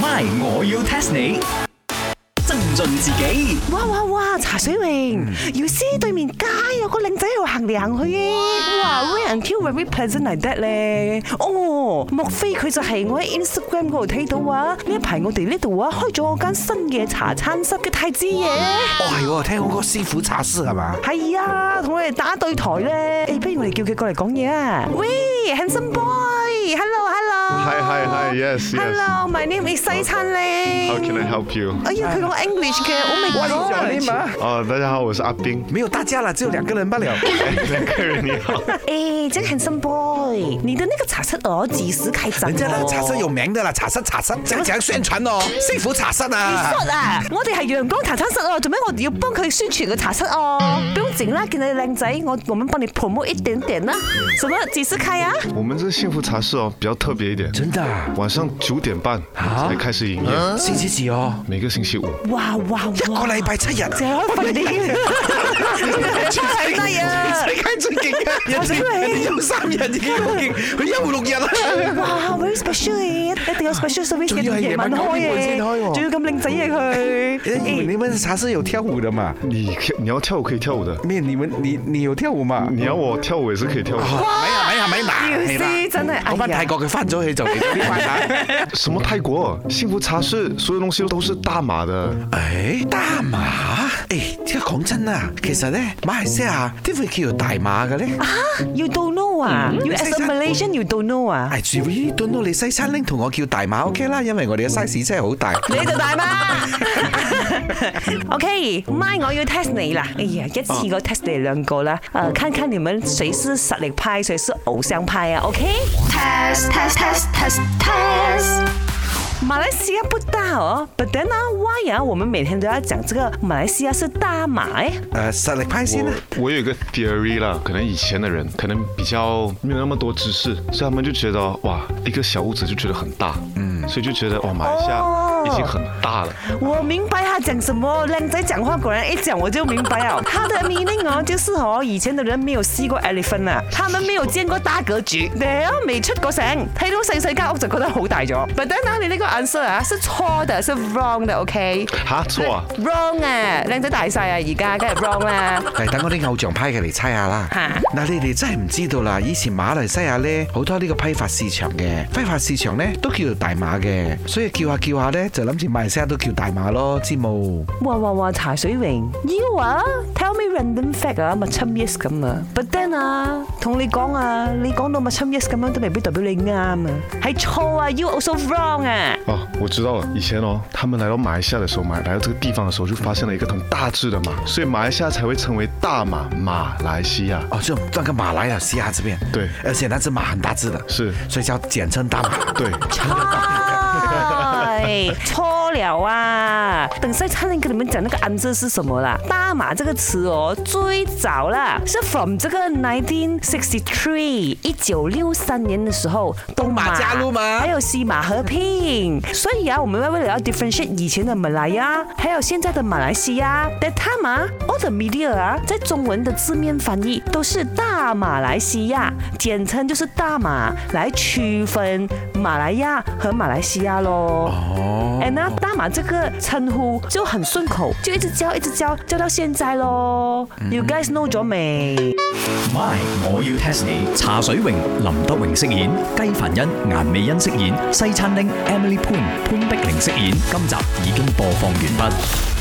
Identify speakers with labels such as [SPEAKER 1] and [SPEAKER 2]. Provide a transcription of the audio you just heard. [SPEAKER 1] My，我要 test 你。增進自己，
[SPEAKER 2] 哇哇哇！茶水榮，
[SPEAKER 3] 嗯
[SPEAKER 2] 姚師對面街有個靚仔喺度行嚟行去嘅，哇！Very cute, very pleasant like that 咧。哦，莫非佢就係我喺 Instagram 嗰度睇到啊？呢一排我哋呢度啊開咗間新嘅茶餐室嘅太子爺。
[SPEAKER 3] 哦係喎，聽講嗰個師傅茶室係嘛？
[SPEAKER 2] 係啊，同我哋打對台咧。誒，不如我哋叫佢過嚟講嘢啊！喂，handsome boy，hello hello。
[SPEAKER 4] Hi, hi, hi, yes, yes.
[SPEAKER 2] Hello，my name is 西餐令。
[SPEAKER 4] How can I help you？
[SPEAKER 2] 哎呀，佢講 English 嘅，Oh my God！
[SPEAKER 3] 啊
[SPEAKER 4] 哦、大家好，我是阿冰。
[SPEAKER 3] 没有大家了，只有两个人罢了。
[SPEAKER 4] 两个人你好，
[SPEAKER 2] 哎，这个 handsome boy，你的那个茶室哦，几时开张？
[SPEAKER 3] 人家那个茶室有名的啦，茶室茶室，讲讲宣传哦，幸福茶室啊。
[SPEAKER 2] shot 啊！我哋係陽光茶餐室哦，做咩我哋要幫佢宣傳個茶室哦？不用整啦，見你靚仔，我我們幫你 promote 一點點啦。什麼幾時開啊？
[SPEAKER 4] 我们这幸福茶室哦，比较特别一点，
[SPEAKER 3] 真的啊
[SPEAKER 4] 晚上九点半才开始营业，
[SPEAKER 3] 星期几哦？
[SPEAKER 4] 每个星期五。
[SPEAKER 2] 哇哇
[SPEAKER 3] 一
[SPEAKER 2] 哇！
[SPEAKER 3] 个礼拜七日。
[SPEAKER 2] 成日開瞓啲， 真係得啊！
[SPEAKER 3] 世界最勁 啊！人哋人哋休三日已經好勁，佢休六日 啊啦。
[SPEAKER 2] 哇，very special 嘅，一定有 special service
[SPEAKER 3] 仲要
[SPEAKER 2] 嘅，
[SPEAKER 3] 係
[SPEAKER 2] 夜
[SPEAKER 3] 夜
[SPEAKER 2] 晚
[SPEAKER 3] 晚
[SPEAKER 2] 開
[SPEAKER 3] 九點半
[SPEAKER 2] 嘅，
[SPEAKER 3] 先開喎
[SPEAKER 2] 仲要咁靚仔嘅佢。
[SPEAKER 3] 你们茶室有跳舞的嘛？
[SPEAKER 4] 你你要跳舞可以跳舞的，
[SPEAKER 3] 没有，你们你你有跳舞嘛？
[SPEAKER 4] 你要我跳舞也是可以跳舞的。
[SPEAKER 3] 咪啊咪啊咪
[SPEAKER 2] 要
[SPEAKER 3] 嗱，
[SPEAKER 2] 知真係
[SPEAKER 3] 我翻
[SPEAKER 2] 哎呀
[SPEAKER 3] 泰國佢翻咗去就嚟咗呢班 啦。
[SPEAKER 4] 什么泰国幸福茶室，所有东西都是大码的。
[SPEAKER 3] 誒哎大馬，誒即係講真啊，其實咧馬來西亞點會叫做大馬嘅咧？
[SPEAKER 2] You don't know 啊，You as a Malaysian you don't know à? 啊。
[SPEAKER 3] I really don't know 你西餐拎同我叫大馬 OK 啦，因為我哋嘅 size 真係好大。
[SPEAKER 2] 你就大嘛？OK，咪我要 test 你啦！哎呀，一次過 test 你哋兩個啦，誒，看看你們誰是實力派，誰是偶像派啊？OK，à,
[SPEAKER 5] test test test test test
[SPEAKER 2] 馬來西亞不大哦，But then 啊，Why à? 啊？我們每天都要講這個馬來西亞是大馬哎
[SPEAKER 3] 誒呃實力派先啦。
[SPEAKER 4] 我我有一个 theory 啦，可能以前的人可能比较没有那么多知识，所以他们就觉得哇，一个小屋子就觉得很大，嗯，所以就觉得哇，马来西
[SPEAKER 3] 哦
[SPEAKER 4] 亚已经很大了。
[SPEAKER 2] 我明白他讲什么，靓仔讲话果然一讲我就明白了。他的 meaning 哦，就是哦，以前的人没有试过 elephant 啊，他们没有见過大格局，你未出過城，睇到細細間屋就覺得好大咗。But then 啊，你呢個 answer 啊是錯的，是 wrong 的，OK？wrong
[SPEAKER 4] 哈，错啊！
[SPEAKER 2] 啊，靚仔大晒啊，而家梗係 wrong 啦。
[SPEAKER 3] 嚟哎等我啲偶像派嘅嚟猜下啦
[SPEAKER 2] 嚇。
[SPEAKER 3] 嗱，你哋真係唔知道啦，以前馬來西亞咧好多呢個批發市場嘅，批發市場咧都叫做大馬嘅，所以叫下叫下咧就諗住馬來西亞都叫大馬咯，知冇？
[SPEAKER 2] 哇哇哇！茶水榮，you 啊，tell me random fact 啊，咪侵 yes 咁啊，but then 啊，同你講啊，你講到咪侵 yes 咁樣都未必代表你啱啊，係錯啊，you also wrong 啊。
[SPEAKER 4] 哦，我知道了。以前哦，他们来到马来西亚的时候，马来到这个地方的时候，就发现了一个很大只的马，所以马来西亚才会称为大马马来西亚。
[SPEAKER 3] 哦，就那个马来西亞這邊，
[SPEAKER 4] 對
[SPEAKER 3] 而且那只馬很大只的，
[SPEAKER 4] 是
[SPEAKER 3] 所以叫簡稱大馬。
[SPEAKER 4] 对，
[SPEAKER 2] 哎，错了啊！等下差点跟你们讲那个安置是什么啦。大马这个词哦，最早啦是 from 这个 nineteen sixty three 一九六三年的时候，东
[SPEAKER 3] 马加入吗
[SPEAKER 2] 还有西马合并。所以啊，我们为了要 differentiate 以前的马来亚，还有现在的马来西亚的他嘛，all the media 啊，在中文的字面翻译都是大马来西亚，简称就是大马，来区分马来亚和马来西亚咯。
[SPEAKER 3] 哦
[SPEAKER 2] And 那大马这个称呼就很顺口，就一直叫，一直叫，叫到现在咯。You guys know 咗未？
[SPEAKER 1] My，我要 test 你。茶水榮、林德榮飾演，雞凡欣、顏美欣飾演，西餐廳 Emily Poon 潘碧玲飾演。今集已經播放完畢。